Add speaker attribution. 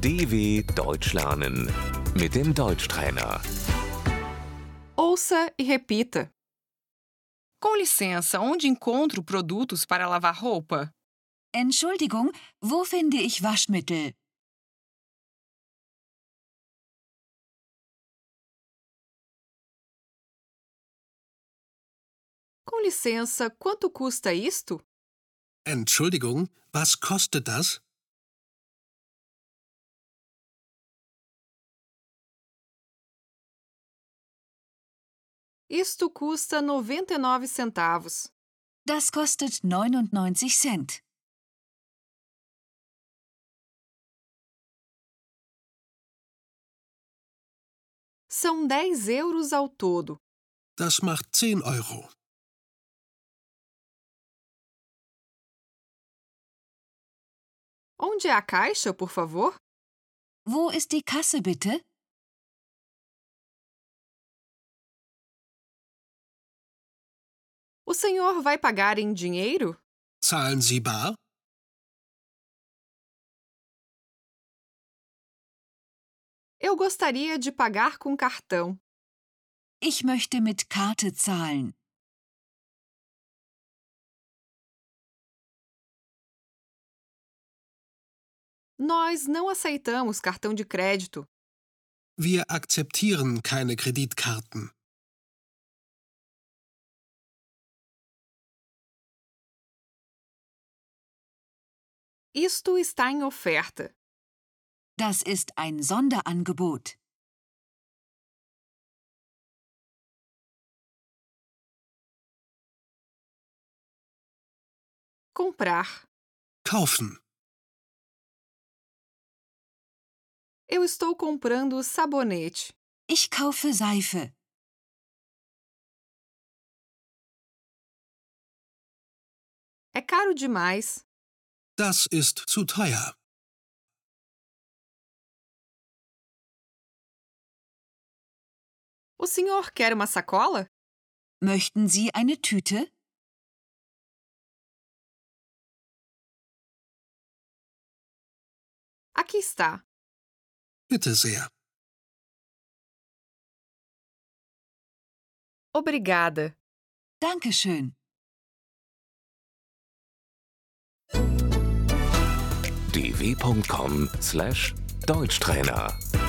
Speaker 1: DW Deutsch lernen mit dem Deutschtrainer.
Speaker 2: Ouça e repita. Com licença, onde encontro produtos para lavar roupa?
Speaker 3: Entschuldigung, wo finde ich Waschmittel?
Speaker 2: Com licença, quanto custa isto?
Speaker 4: Entschuldigung, was kostet das?
Speaker 2: Isto custa 99 centavos.
Speaker 3: Das kostet 99 Cent.
Speaker 2: São 10 euros ao todo.
Speaker 4: Das macht 10 Euro.
Speaker 2: Onde é a caixa, por favor?
Speaker 3: Wo ist die Kasse bitte?
Speaker 2: O senhor vai pagar em dinheiro?
Speaker 4: Zahlen Sie bar?
Speaker 2: Eu gostaria de pagar com cartão.
Speaker 3: Ich möchte mit Karte zahlen.
Speaker 2: Nós não aceitamos cartão de crédito.
Speaker 4: Wir akzeptieren keine Kreditkarten.
Speaker 2: Isto está em oferta.
Speaker 3: Das ist ein Sonderangebot.
Speaker 2: Comprar.
Speaker 4: Kaufen.
Speaker 2: Eu estou comprando sabonete.
Speaker 3: Ich kaufe Seife.
Speaker 2: É caro demais.
Speaker 4: Das ist zu teuer.
Speaker 2: O senhor quer uma sacola?
Speaker 3: Möchten Sie eine Tüte?
Speaker 2: Aqui está.
Speaker 4: Bitte sehr.
Speaker 2: Obrigada.
Speaker 3: Dankeschön.
Speaker 1: dw.com/deutschtrainer